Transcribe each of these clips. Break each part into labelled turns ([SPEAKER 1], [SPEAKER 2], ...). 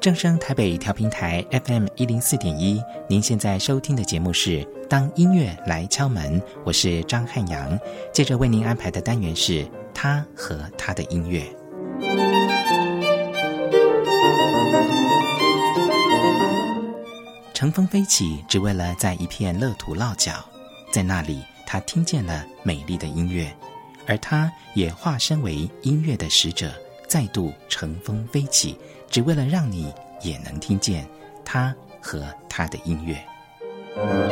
[SPEAKER 1] 正声台北调频台 FM 一零四点一，您现在收听的节目是《当音乐来敲门》，我是张汉阳。接着为您安排的单元是《他和他的音乐》。乘风飞起，只为了在一片乐土落脚，在那里，他听见了美丽的音乐，而他也化身为音乐的使者，再度乘风飞起。只为了让你也能听见他和他的音乐。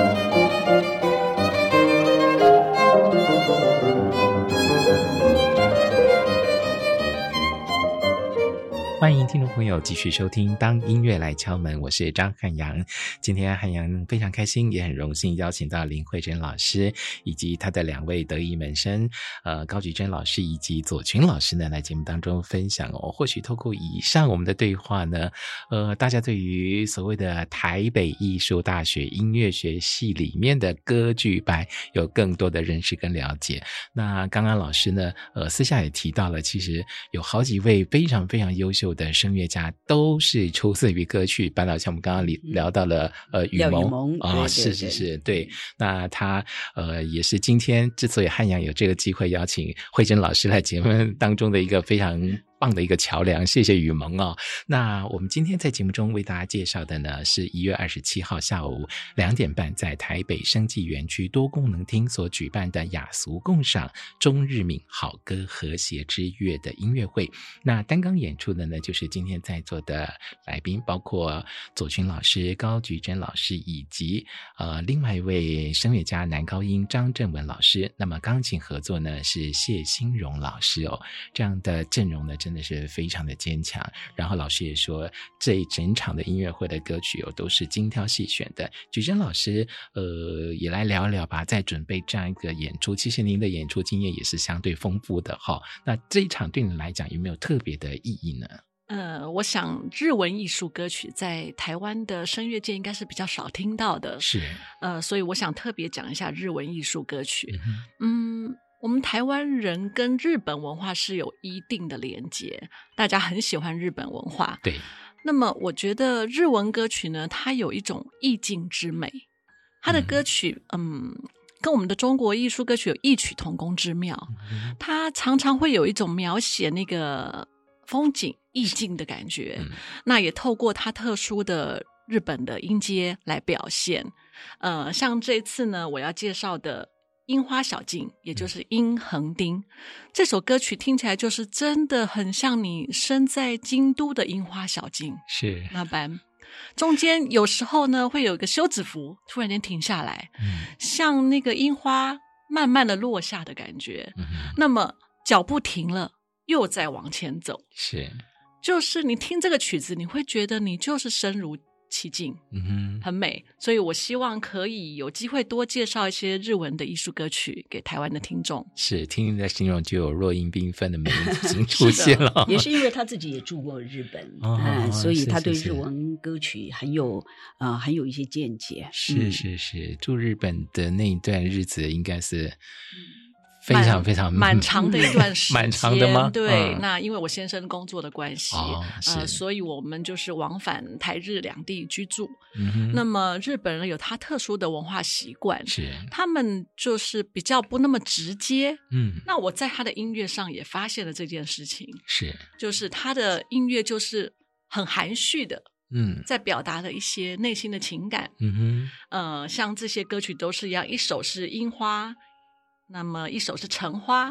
[SPEAKER 1] 欢迎听众朋友继续收听《当音乐来敲门》，我是张汉阳。今天汉阳非常开心，也很荣幸邀请到林慧珍老师以及她的两位得意门生，呃，高菊珍老师以及左群老师呢，来节目当中分享哦。或许透过以上我们的对话呢，呃，大家对于所谓的台北艺术大学音乐学系里面的歌剧班有更多的认识跟了解。那刚刚老师呢，呃，私下也提到了，其实有好几位非常非常优秀。的声乐家都是出自于歌曲班，好像我们刚刚聊聊到了呃雨
[SPEAKER 2] 蒙
[SPEAKER 1] 啊、哦，是是是，对。那他呃也是今天之所以汉阳有这个机会邀请慧珍老师来节目当中的一个非常。棒的一个桥梁，谢谢雨萌哦。那我们今天在节目中为大家介绍的呢，是一月二十七号下午两点半，在台北生技园区多功能厅所举办的雅俗共赏中日闽好歌和谐之乐的音乐会。那单纲演出的呢，就是今天在座的来宾，包括左群老师、高菊珍老师，以及呃另外一位声乐家男高音张振文老师。那么钢琴合作呢是谢欣荣老师哦。这样的阵容呢，真。真的是非常的坚强。然后老师也说，这一整场的音乐会的歌曲哦，都是精挑细选的。菊珍老师，呃，也来聊一聊吧。在准备这样一个演出，其实您的演出经验也是相对丰富的哈、哦。那这一场对你来讲有没有特别的意义呢？
[SPEAKER 2] 呃，我想日文艺术歌曲在台湾的声乐界应该是比较少听到的，
[SPEAKER 1] 是。
[SPEAKER 2] 呃，所以我想特别讲一下日文艺术歌曲。嗯,嗯。我们台湾人跟日本文化是有一定的连结，大家很喜欢日本文化。
[SPEAKER 1] 对，
[SPEAKER 2] 那么我觉得日文歌曲呢，它有一种意境之美，它的歌曲，嗯,嗯，跟我们的中国艺术歌曲有异曲同工之妙。嗯、它常常会有一种描写那个风景意境的感觉，嗯、那也透过它特殊的日本的音阶来表现。呃，像这次呢，我要介绍的。《樱花小径》，也就是《樱横町》嗯、这首歌曲，听起来就是真的很像你身在京都的樱花小径，
[SPEAKER 1] 是
[SPEAKER 2] 那般。中间有时候呢，会有一个休止符，突然间停下来，嗯、像那个樱花慢慢的落下的感觉。嗯、那么脚步停了，又再往前走，
[SPEAKER 1] 是
[SPEAKER 2] 就是你听这个曲子，你会觉得你就是身如。奇境，嗯哼，很美，所以我希望可以有机会多介绍一些日文的艺术歌曲给台湾的听众。
[SPEAKER 1] 是，听您的形容就有落英缤纷的美景出现了
[SPEAKER 3] 也是因为他自己也住过日 本，哦、嗯，所以他对日文歌曲很有啊、呃，很有一些见解。
[SPEAKER 2] 嗯
[SPEAKER 3] 嗯
[SPEAKER 1] 是是是，住日本的那一段日子应该是。非常非常
[SPEAKER 2] 嗯蛮长的一段时
[SPEAKER 1] 嗯
[SPEAKER 2] 间，
[SPEAKER 1] 蛮长的吗？
[SPEAKER 2] 对，嗯、那因为我先生工作的关系，
[SPEAKER 1] 哦、呃，
[SPEAKER 2] 所以我们就是往返台日两地居住。嗯、那么日本人有他特殊的文化习惯，
[SPEAKER 1] 是
[SPEAKER 2] 他们就是比较不那么直接。
[SPEAKER 1] 嗯，
[SPEAKER 2] 那我在他的音乐上也发现了这件事情，
[SPEAKER 1] 是
[SPEAKER 2] 就是他的音乐就是很含蓄的。
[SPEAKER 1] 嗯，
[SPEAKER 2] 在表达的一些内心的情感。
[SPEAKER 1] 嗯
[SPEAKER 2] 哼，呃，像这些歌曲都是一样，一首是樱花。那么一首是《橙花》，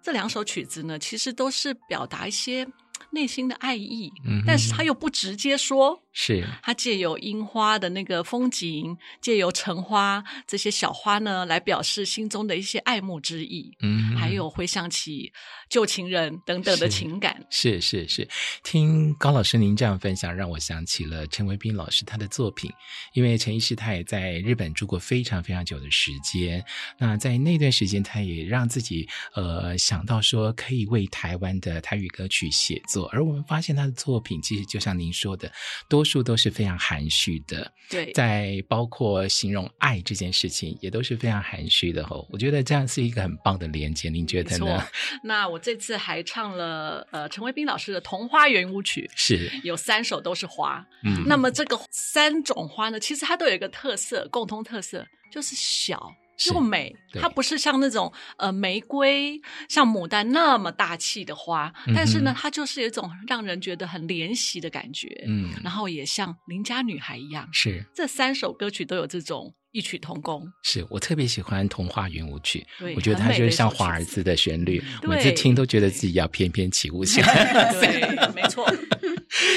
[SPEAKER 2] 这两首曲子呢，其实都是表达一些内心的爱意，嗯、但是他又不直接说，
[SPEAKER 1] 是
[SPEAKER 2] 他借由樱花的那个风景，借由橙花这些小花呢，来表示心中的一些爱慕之意，
[SPEAKER 1] 嗯，
[SPEAKER 2] 还有回想起旧情人等等的情感。
[SPEAKER 1] 是是是，听高老师您这样分享，让我想起了陈维斌老师他的作品，因为陈医师他也在日本住过非常非常久的时间，那在那段时间，他也让自己呃想到说可以为台湾的台语歌曲写作，而我们发现他的作品其实就像您说的，多数都是非常含蓄的，
[SPEAKER 2] 对，
[SPEAKER 1] 在包括形容爱这件事情也都是非常含蓄的哦。我觉得这样是一个很棒的连接，您觉得
[SPEAKER 2] 没
[SPEAKER 1] 呢
[SPEAKER 2] 错？那我这次还唱了呃陈卫斌老师的《童花圆舞曲》，
[SPEAKER 1] 是，
[SPEAKER 2] 有三首都是花。
[SPEAKER 1] 嗯，
[SPEAKER 2] 那么这个三种花呢，其实它都有一个特色，共通特色就是小。
[SPEAKER 1] 是
[SPEAKER 2] 又美，
[SPEAKER 1] 对
[SPEAKER 2] 它不是像那种呃玫瑰、像牡丹那么大气的花，但是
[SPEAKER 1] 嗯
[SPEAKER 2] 呢，它就是有一种让人觉得很怜惜的感觉。
[SPEAKER 1] 嗯，
[SPEAKER 2] 然后也像邻家女孩一样，
[SPEAKER 1] 是
[SPEAKER 2] 这三首歌曲都有这种异曲同工。
[SPEAKER 1] 是我特别喜欢《童话圆舞曲》，
[SPEAKER 2] 对，
[SPEAKER 1] 我觉得它
[SPEAKER 2] 很美
[SPEAKER 1] 就
[SPEAKER 2] 的
[SPEAKER 1] 是
[SPEAKER 2] 一
[SPEAKER 1] 像
[SPEAKER 2] 首曲嗯
[SPEAKER 1] 华尔 兹的旋律，
[SPEAKER 2] 对
[SPEAKER 1] 每次听都觉得自己要翩翩起舞起 来。
[SPEAKER 2] 对，没错，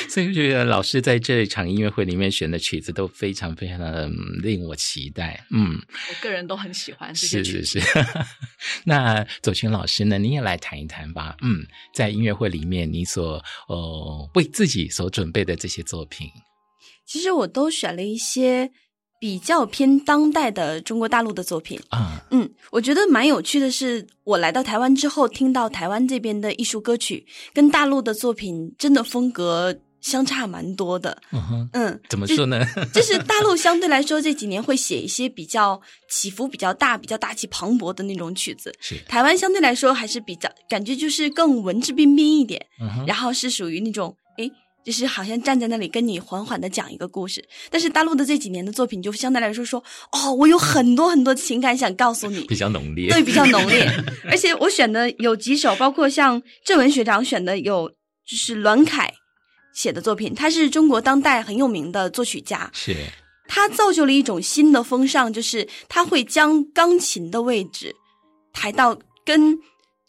[SPEAKER 1] 所以我觉得老师在这一场音乐会里面选的曲子都非常非常的令我期待。嗯，
[SPEAKER 2] 我个人都很喜欢这些
[SPEAKER 1] 是
[SPEAKER 2] 曲
[SPEAKER 1] 是
[SPEAKER 2] 子。
[SPEAKER 1] 是。 那左群老师呢，您也来谈一谈吧。嗯，在音乐会里面，你所呃为自己所准备的这些作品，
[SPEAKER 4] 其实我都选了一些比较偏当代的中国大陆的作品。
[SPEAKER 1] 啊、
[SPEAKER 4] 嗯，我觉得蛮有趣的是，我来到台湾之后，听到台湾这边的艺术歌曲跟大陆的作品真的风格相差蛮多的。
[SPEAKER 1] 嗯哼，
[SPEAKER 4] 嗯，
[SPEAKER 1] 怎么
[SPEAKER 4] 这
[SPEAKER 1] 说呢？
[SPEAKER 4] 就是大陆相对来说这几年会写一些比较起伏比较大、比较大气磅礴的那种曲子，
[SPEAKER 1] 是，
[SPEAKER 4] 台湾相对来说还是比较感觉就是更文质彬彬一点。
[SPEAKER 1] 嗯哼，
[SPEAKER 4] 然后是属于那种诶，就是好像站在那里跟你缓缓的讲一个故事。但是大陆的这几年的作品就相对来说说，哦，我有很多很多情感想告诉你，
[SPEAKER 1] 比较浓烈，
[SPEAKER 4] 对，比较浓烈。 而且我选的有几首，包括像郑文学长选的有，就是栾凯写的作品，他是中国当代很有名的作曲家，
[SPEAKER 1] 是，
[SPEAKER 4] 他造就了一种新的风尚，就是他会将钢琴的位置抬到跟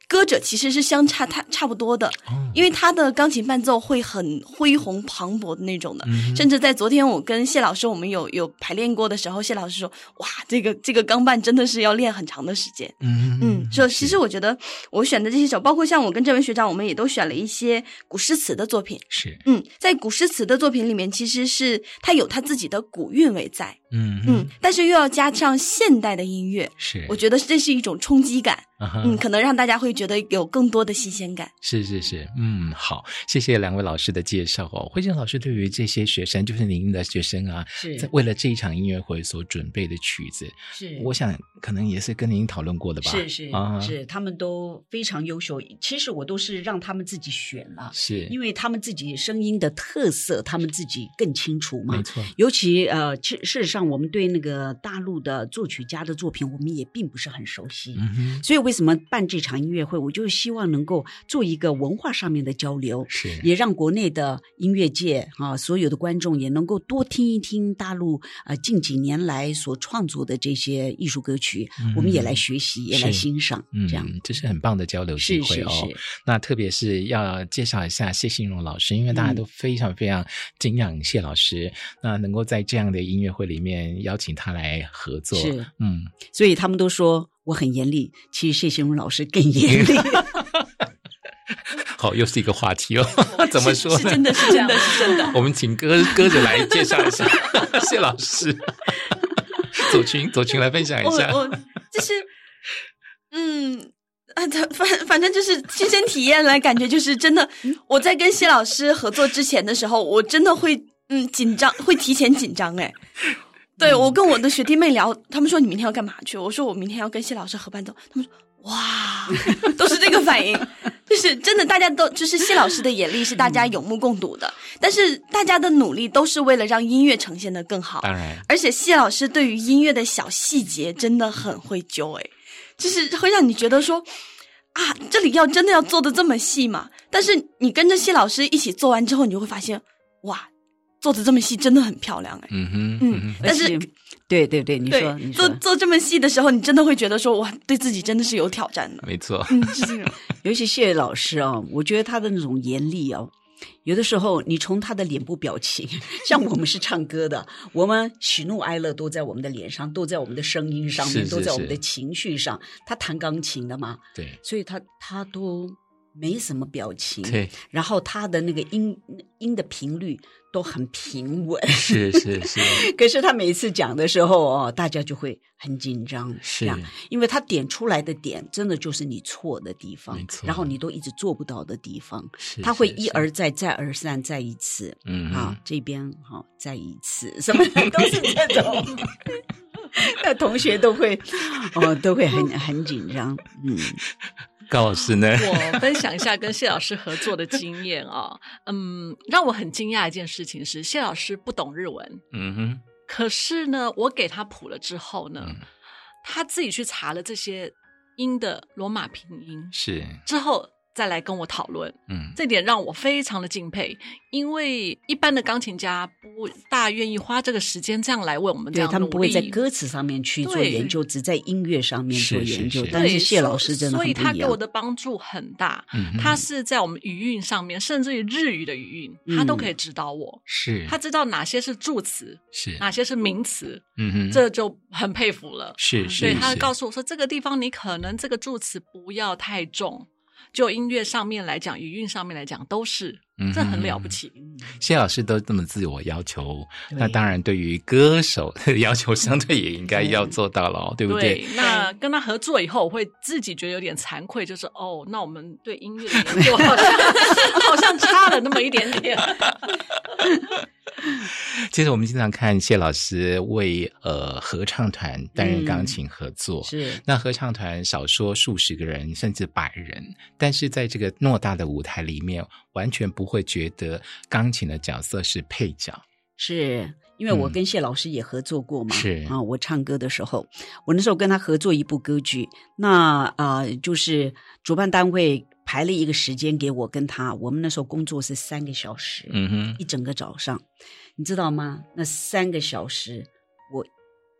[SPEAKER 4] 歌者其实是相差差差不多的，
[SPEAKER 1] 哦
[SPEAKER 4] 因为他的钢琴伴奏会很恢宏磅礴的那种的。
[SPEAKER 1] 嗯哼
[SPEAKER 4] 甚至在昨天我跟谢老师我们有有排练过的时候，谢老师说：“哇，这个这个钢伴真的是要练很长的时间。”
[SPEAKER 1] 嗯
[SPEAKER 4] 嗯，
[SPEAKER 1] 哼
[SPEAKER 4] 所以其
[SPEAKER 1] 是
[SPEAKER 4] 实我觉得我选的这些首，包括像我跟郑文学长，我们也都选了一些古诗词的作品。
[SPEAKER 1] 是，
[SPEAKER 4] 嗯，在古诗词的作品里面，其实是它有它自己的古韵味在，
[SPEAKER 1] 嗯
[SPEAKER 4] 嗯
[SPEAKER 1] 嗯，，
[SPEAKER 4] 但是又要加上现代的音乐，
[SPEAKER 1] 是，
[SPEAKER 4] 我觉得这是一种冲击感，
[SPEAKER 1] 得，
[SPEAKER 4] 嗯，可能让大家会觉得有更多的新鲜感。
[SPEAKER 1] 是是是，嗯，好，谢谢两位老师的介绍哦。慧珍老师对于这些学生，就是您的学生啊，
[SPEAKER 3] 是
[SPEAKER 1] 在为了这一场音乐会所准备的曲子，
[SPEAKER 3] 是
[SPEAKER 1] 我想可能也是跟您讨论过的吧？
[SPEAKER 3] 是是
[SPEAKER 1] 啊，
[SPEAKER 3] 是，他们都非常优秀。其实我都是让他们自己选了，
[SPEAKER 1] 是，
[SPEAKER 3] 因
[SPEAKER 1] 为
[SPEAKER 3] 为他们自己声音的特色，他们自己更清楚嘛
[SPEAKER 1] 没。错，
[SPEAKER 3] 尤其呃，其事实上，我们对那个大陆的作曲家的作品，我们也并不是很熟悉。
[SPEAKER 1] 嗯哼，
[SPEAKER 3] 所以为什么办这场音乐会，我就希望能够做一个文化上面的交流，
[SPEAKER 1] 是
[SPEAKER 3] 也让国内的音乐界啊，所有的观众也能够多听一听大陆呃近几年来所创作的这些艺术歌曲，
[SPEAKER 1] 嗯
[SPEAKER 3] 我们也来学习，也来欣赏，
[SPEAKER 1] 嗯
[SPEAKER 3] 这样。，
[SPEAKER 1] 这是很棒的交流机
[SPEAKER 3] 是
[SPEAKER 1] 会
[SPEAKER 3] 是
[SPEAKER 1] 哦。
[SPEAKER 3] 是，
[SPEAKER 1] 那特别是要介绍一下谢欣荣老师，因为大家都非常非常敬仰谢老师，那能够在这样的音乐会里面邀请他来合作，
[SPEAKER 3] 是
[SPEAKER 1] 嗯，
[SPEAKER 3] 所以他们都说我很严厉，其实谢欣荣老师更 严厉。
[SPEAKER 1] 好，又是一个话题哦， 怎么说呢？
[SPEAKER 4] 是真的 是真的是真的。
[SPEAKER 1] 我们请歌歌者来介绍一下谢老师， 左群左群来分享一
[SPEAKER 4] 我
[SPEAKER 1] 下，
[SPEAKER 4] 我就是，嗯。啊，他反反正就是亲身体验来，感觉就是真的。我在跟谢老师合作之前的时候，我真的会嗯紧张，会提前紧张 哎。对
[SPEAKER 1] 嗯
[SPEAKER 4] 我跟我的学弟妹聊，他们说你明天要干嘛去？我说我明天要跟谢老师合伴奏。他们说 哇，都是这个反应，就是真的，大家都就是谢老师的眼力是大
[SPEAKER 1] 嗯
[SPEAKER 4] 家有目共睹的，但是大家的努力都是为了让音乐呈现的更好。
[SPEAKER 1] 当然
[SPEAKER 4] 而且谢老师对于音乐的小细节真的很会揪，哎，就是会让你觉得说，啊，这里要真的要做的这么细嘛？但是你跟着谢老师一起做完之后，你就会发现，哇，做的这么细真的很漂亮，哎，
[SPEAKER 1] 嗯哼，
[SPEAKER 4] 嗯
[SPEAKER 1] 嗯哼，
[SPEAKER 4] 但是
[SPEAKER 3] 而且对对对，你说
[SPEAKER 4] 对
[SPEAKER 3] 你，
[SPEAKER 4] 做
[SPEAKER 3] 说，
[SPEAKER 4] 做这么细的时候，你真的会觉得说，哇，对自己真的是有挑战的，
[SPEAKER 1] 没错，
[SPEAKER 4] 嗯，是这种，
[SPEAKER 3] 尤其谢老师啊、我觉得他的那种严厉啊、有的时候你从他的脸部表情， 像我们是唱歌的，我们喜怒哀乐都在我们的脸上，都在我们的声音上
[SPEAKER 1] 是
[SPEAKER 3] 面，
[SPEAKER 1] 是
[SPEAKER 3] 都在我们
[SPEAKER 1] 是
[SPEAKER 3] 的情绪上。他弹钢琴的嘛，
[SPEAKER 1] 对，
[SPEAKER 3] 所以他他都没什么表情，
[SPEAKER 1] 对，
[SPEAKER 3] 然后他的那个音音的频率都很平稳。
[SPEAKER 1] 是是是
[SPEAKER 3] 可是他每次讲的时候哦，大家就会很紧张，这
[SPEAKER 1] 是，
[SPEAKER 3] 样因为他点出来的点，真的就是你错的地方
[SPEAKER 1] 没，错
[SPEAKER 3] 然后你都一直做不到的地方，
[SPEAKER 1] 是
[SPEAKER 3] 他会
[SPEAKER 1] 是
[SPEAKER 3] 一
[SPEAKER 1] 是
[SPEAKER 3] 而再，再而三，再一次。
[SPEAKER 1] 嗯
[SPEAKER 3] 啊
[SPEAKER 1] 哼，
[SPEAKER 3] 这边好、再一次，什么都是这 种，那同学都会，哦，都会很很紧张，嗯，
[SPEAKER 1] 高老师呢？
[SPEAKER 2] 我分享一下跟谢老师合作的经验啊、嗯，让我很惊讶一件事情是，谢老师不懂日文，
[SPEAKER 1] 嗯哼，
[SPEAKER 2] 可是呢，我给他谱了之后呢，
[SPEAKER 1] 嗯
[SPEAKER 2] 他自己去查了这些音的罗马拼音
[SPEAKER 1] 是，
[SPEAKER 2] 之后，再来跟我讨论，
[SPEAKER 1] 嗯
[SPEAKER 2] 这点让我非常的敬佩，因为一般的钢琴家不大愿意花这个时间这样来为我们这
[SPEAKER 3] 对
[SPEAKER 2] 样
[SPEAKER 3] 他们
[SPEAKER 2] 努
[SPEAKER 3] 不会在
[SPEAKER 2] 力
[SPEAKER 3] 歌词上面去做
[SPEAKER 2] 对
[SPEAKER 3] 研究，只在音乐上面做
[SPEAKER 1] 是是
[SPEAKER 3] 研究。
[SPEAKER 1] 是
[SPEAKER 3] 但
[SPEAKER 2] 对
[SPEAKER 3] 是谢老
[SPEAKER 2] 所
[SPEAKER 3] 师真的
[SPEAKER 2] 所以
[SPEAKER 3] 很不
[SPEAKER 2] 他
[SPEAKER 3] 一
[SPEAKER 2] 给
[SPEAKER 3] 样
[SPEAKER 2] 我的帮助很大。
[SPEAKER 1] 嗯哼，
[SPEAKER 2] 他是在我们语韵上面，甚至于日语的语韵，
[SPEAKER 3] 嗯
[SPEAKER 2] 他都可以指导我。
[SPEAKER 1] 是
[SPEAKER 2] 他知道哪些是助词，
[SPEAKER 1] 是，
[SPEAKER 2] 哪些是名词，
[SPEAKER 1] 嗯哼，
[SPEAKER 2] 这就很佩服了。
[SPEAKER 1] 是是，
[SPEAKER 2] 对，他
[SPEAKER 1] 是
[SPEAKER 2] 告诉我说，这个地方你可能这个助词不要太重，就音乐上面来讲，语韵上面来讲都是，这很了不起。
[SPEAKER 1] 嗯
[SPEAKER 3] 嗯
[SPEAKER 1] 谢老师都这么自我要求，
[SPEAKER 3] 对
[SPEAKER 1] 那当然对于歌手的要求相对也应该要做到了哦，对不对？
[SPEAKER 2] 对，那跟他合作以后，我会自己觉得有点惭愧，就是哦，那我们对音乐的 研究好像好像差了那么一点点。
[SPEAKER 1] 其实我们经常看谢老师为呃合唱团担任钢琴合作。
[SPEAKER 3] 是
[SPEAKER 1] 那合唱团少说数十个人，甚至百人，但是在这个偌大的舞台里面，完全不会觉得钢琴的角色是配角。
[SPEAKER 3] 是，因为我
[SPEAKER 1] 嗯
[SPEAKER 3] 跟谢老师也合作过嘛，
[SPEAKER 1] 是
[SPEAKER 3] 啊，我唱歌的时候，我那时候跟他合作一部歌剧，那啊、呃就是主办单位排了一个时间给我跟他，我们那时候工作是三个小时，
[SPEAKER 1] 嗯哼，
[SPEAKER 3] 一整个早上，你知道吗？那三个小时，我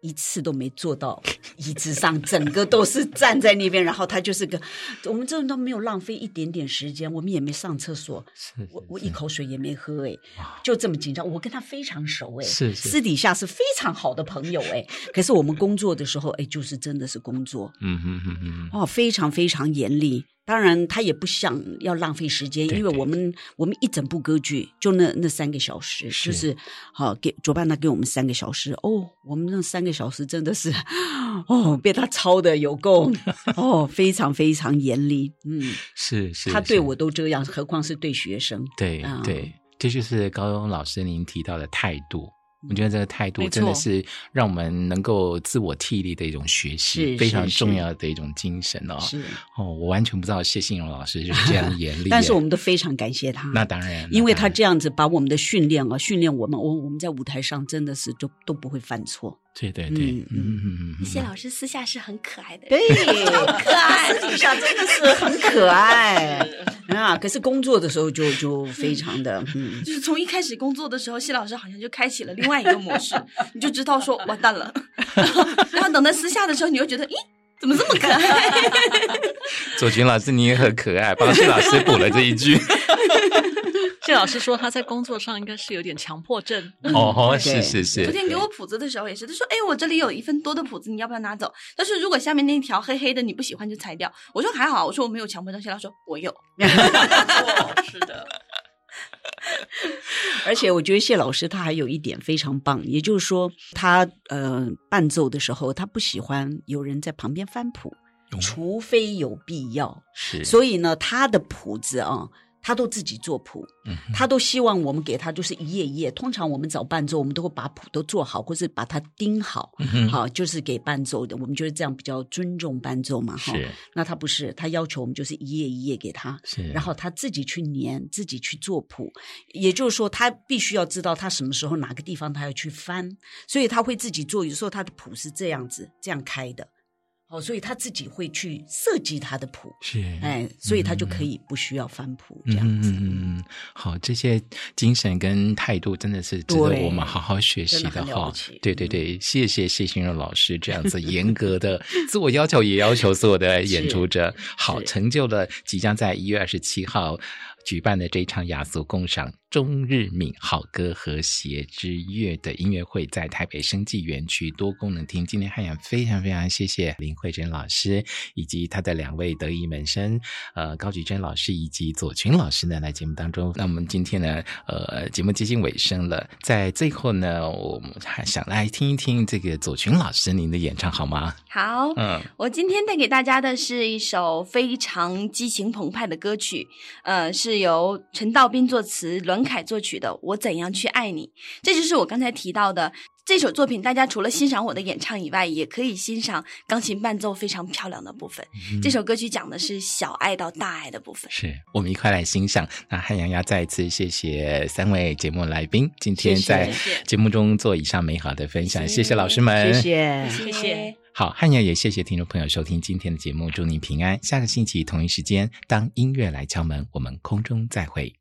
[SPEAKER 3] 一次都没坐到椅子上，整个都是站在那边。然后他就是个，我们真的都没有浪费一点点时间，我们也没上厕所，
[SPEAKER 1] 是
[SPEAKER 3] 我我一口水也没喝，哎
[SPEAKER 1] 哇，
[SPEAKER 3] 就这么紧张。我跟他非常熟，哎，
[SPEAKER 1] 是是
[SPEAKER 3] 私底下是非常好的朋友，哎， 可是我们工作的时候，哎，就是真的是工作，
[SPEAKER 1] 嗯哼哼哼，
[SPEAKER 3] 哦，非常非常严厉。当然，他也不想要浪费时间，
[SPEAKER 1] 对
[SPEAKER 3] 因为
[SPEAKER 1] 对
[SPEAKER 3] 我们我们一整部歌剧就那那三个小时，
[SPEAKER 1] 是
[SPEAKER 3] 就是好、给主办他给我们三个小时哦，我们那三个小时真的是哦被他操的有够哦，非常非常严厉，嗯，
[SPEAKER 1] 是是，
[SPEAKER 3] 他对
[SPEAKER 1] 是
[SPEAKER 3] 我都这样，何况是对学生，
[SPEAKER 1] 对
[SPEAKER 3] 嗯
[SPEAKER 1] 对，这就是高中老师您提到的态度。我觉得这个态度
[SPEAKER 2] 没
[SPEAKER 1] 真的
[SPEAKER 2] 错
[SPEAKER 1] 是让我们能够自我替力的一种学习，
[SPEAKER 3] 是
[SPEAKER 1] 非
[SPEAKER 3] 是
[SPEAKER 1] 常
[SPEAKER 3] 是
[SPEAKER 1] 重要的一种精神哦。
[SPEAKER 3] 是，，
[SPEAKER 1] 哦，我完全不知道谢信荣老师就是这样严厉耶
[SPEAKER 3] 但是我们都非常感谢他。
[SPEAKER 1] 那当然，
[SPEAKER 3] 因
[SPEAKER 1] 那
[SPEAKER 3] 为
[SPEAKER 1] 当
[SPEAKER 3] 他
[SPEAKER 1] 然
[SPEAKER 3] 这样子把我们的训练啊，训练我们，我我们在舞台上真的是就都不会犯错。
[SPEAKER 1] 对对对，
[SPEAKER 3] 嗯
[SPEAKER 1] 嗯嗯嗯嗯，
[SPEAKER 4] 谢老师私下是很可爱的人，
[SPEAKER 3] 对，
[SPEAKER 4] 可爱
[SPEAKER 3] 私底下真的是很可爱啊，可是工作的时候就就非常的嗯。
[SPEAKER 4] 就是从一开始工作的时候，谢老师好像就开启了另外一个模式，你就知道说完蛋了。 然后然后等到私下的时候，你又觉得，咦，怎么这么可爱？
[SPEAKER 1] 嗯左群老师你也很可爱，帮谢老师补了这一 句。
[SPEAKER 2] 谢老师说他在工作上应该是有点强迫症，
[SPEAKER 1] 哦吼，是
[SPEAKER 3] 嗯对
[SPEAKER 1] 是 是
[SPEAKER 4] 昨，天给我谱子的时候也是，他说，哎，我这里有一份多的谱子，你要不要拿走？他说，如果下面那一条黑黑的你不喜欢就裁掉。我说还好，我说我没有强迫症。谢老师说，我有。
[SPEAKER 2] 是的，
[SPEAKER 3] 而且我觉得谢老师他还有一点非常棒，也就是说他呃伴奏的时候，他不喜欢有人在旁边翻谱，除非有必要。
[SPEAKER 1] 是
[SPEAKER 3] 所以呢，他的谱子啊，他都自己做谱，
[SPEAKER 1] 嗯 哼
[SPEAKER 3] 他都希望我们给他就是一页一页。通常我们找伴奏，我们都会把谱都做好，或是把它钉好，
[SPEAKER 1] 哼
[SPEAKER 3] 好就是给伴奏的。我们觉得这样比较尊重伴奏嘛，哈。
[SPEAKER 1] 是
[SPEAKER 3] 那他不是，他要求我们就是一页一页给他，
[SPEAKER 1] 是，
[SPEAKER 3] 然后他自己去粘，自己去做谱。也就是说，他必须要知道他什么时候哪个地方他要去翻，所以他会自己做。有时候他的谱是这样子这样开的，哦，所以他自己会去设计他的谱。
[SPEAKER 1] 是
[SPEAKER 3] 哎，所以他就可以不需要翻谱这样
[SPEAKER 1] 嗯
[SPEAKER 3] 子。
[SPEAKER 1] 嗯嗯，好，这些精神跟态度真的是值得
[SPEAKER 3] 对
[SPEAKER 1] 我们好好学习
[SPEAKER 3] 真的很了
[SPEAKER 1] 哈
[SPEAKER 3] 不起。嗯
[SPEAKER 1] 对对对，谢谢谢新荣老师这样子严格的 自我要求，也要求所有的演出者。好，
[SPEAKER 3] 是
[SPEAKER 1] 成就了即将在一月二十七号举办的这一场雅俗共赏中日闽好歌和谐之乐的音乐会，在台北生技园区多功能厅。今天汉阳非常非常谢谢林慧珍老师以及她的两位得意门生，呃高举珍老师以及左群老师呢来节目当中。那我们今天呢，呃节目接近尾声了，在最后呢，我们还想来听一听这个左群老师您的演唱好吗？
[SPEAKER 4] 好，
[SPEAKER 1] 嗯，
[SPEAKER 4] 我今天带给大家的是一首非常激情澎湃的歌曲，呃，是由陈道斌作词，栾凯作曲的《我怎样去爱你》。这就是我刚才提到的这首作品。大家除了欣赏我的演唱以外，也可以欣赏钢琴伴奏非常漂亮的部分。这首歌曲讲的是小爱到大爱的部分。
[SPEAKER 1] 是我们一块来欣赏。那汉阳要再一次谢谢三位节目来宾，今天
[SPEAKER 4] 谢谢
[SPEAKER 1] 在
[SPEAKER 4] 谢谢
[SPEAKER 1] 节目中做以上美好的分享，
[SPEAKER 4] 谢
[SPEAKER 1] 谢谢老师们，
[SPEAKER 3] 谢。谢。
[SPEAKER 1] 哎
[SPEAKER 2] 谢谢。
[SPEAKER 1] 好，汉阳也谢谢听众朋友收听今天的节目，祝您平安。下个星期同一时间，当音乐来敲门，我们空中再会。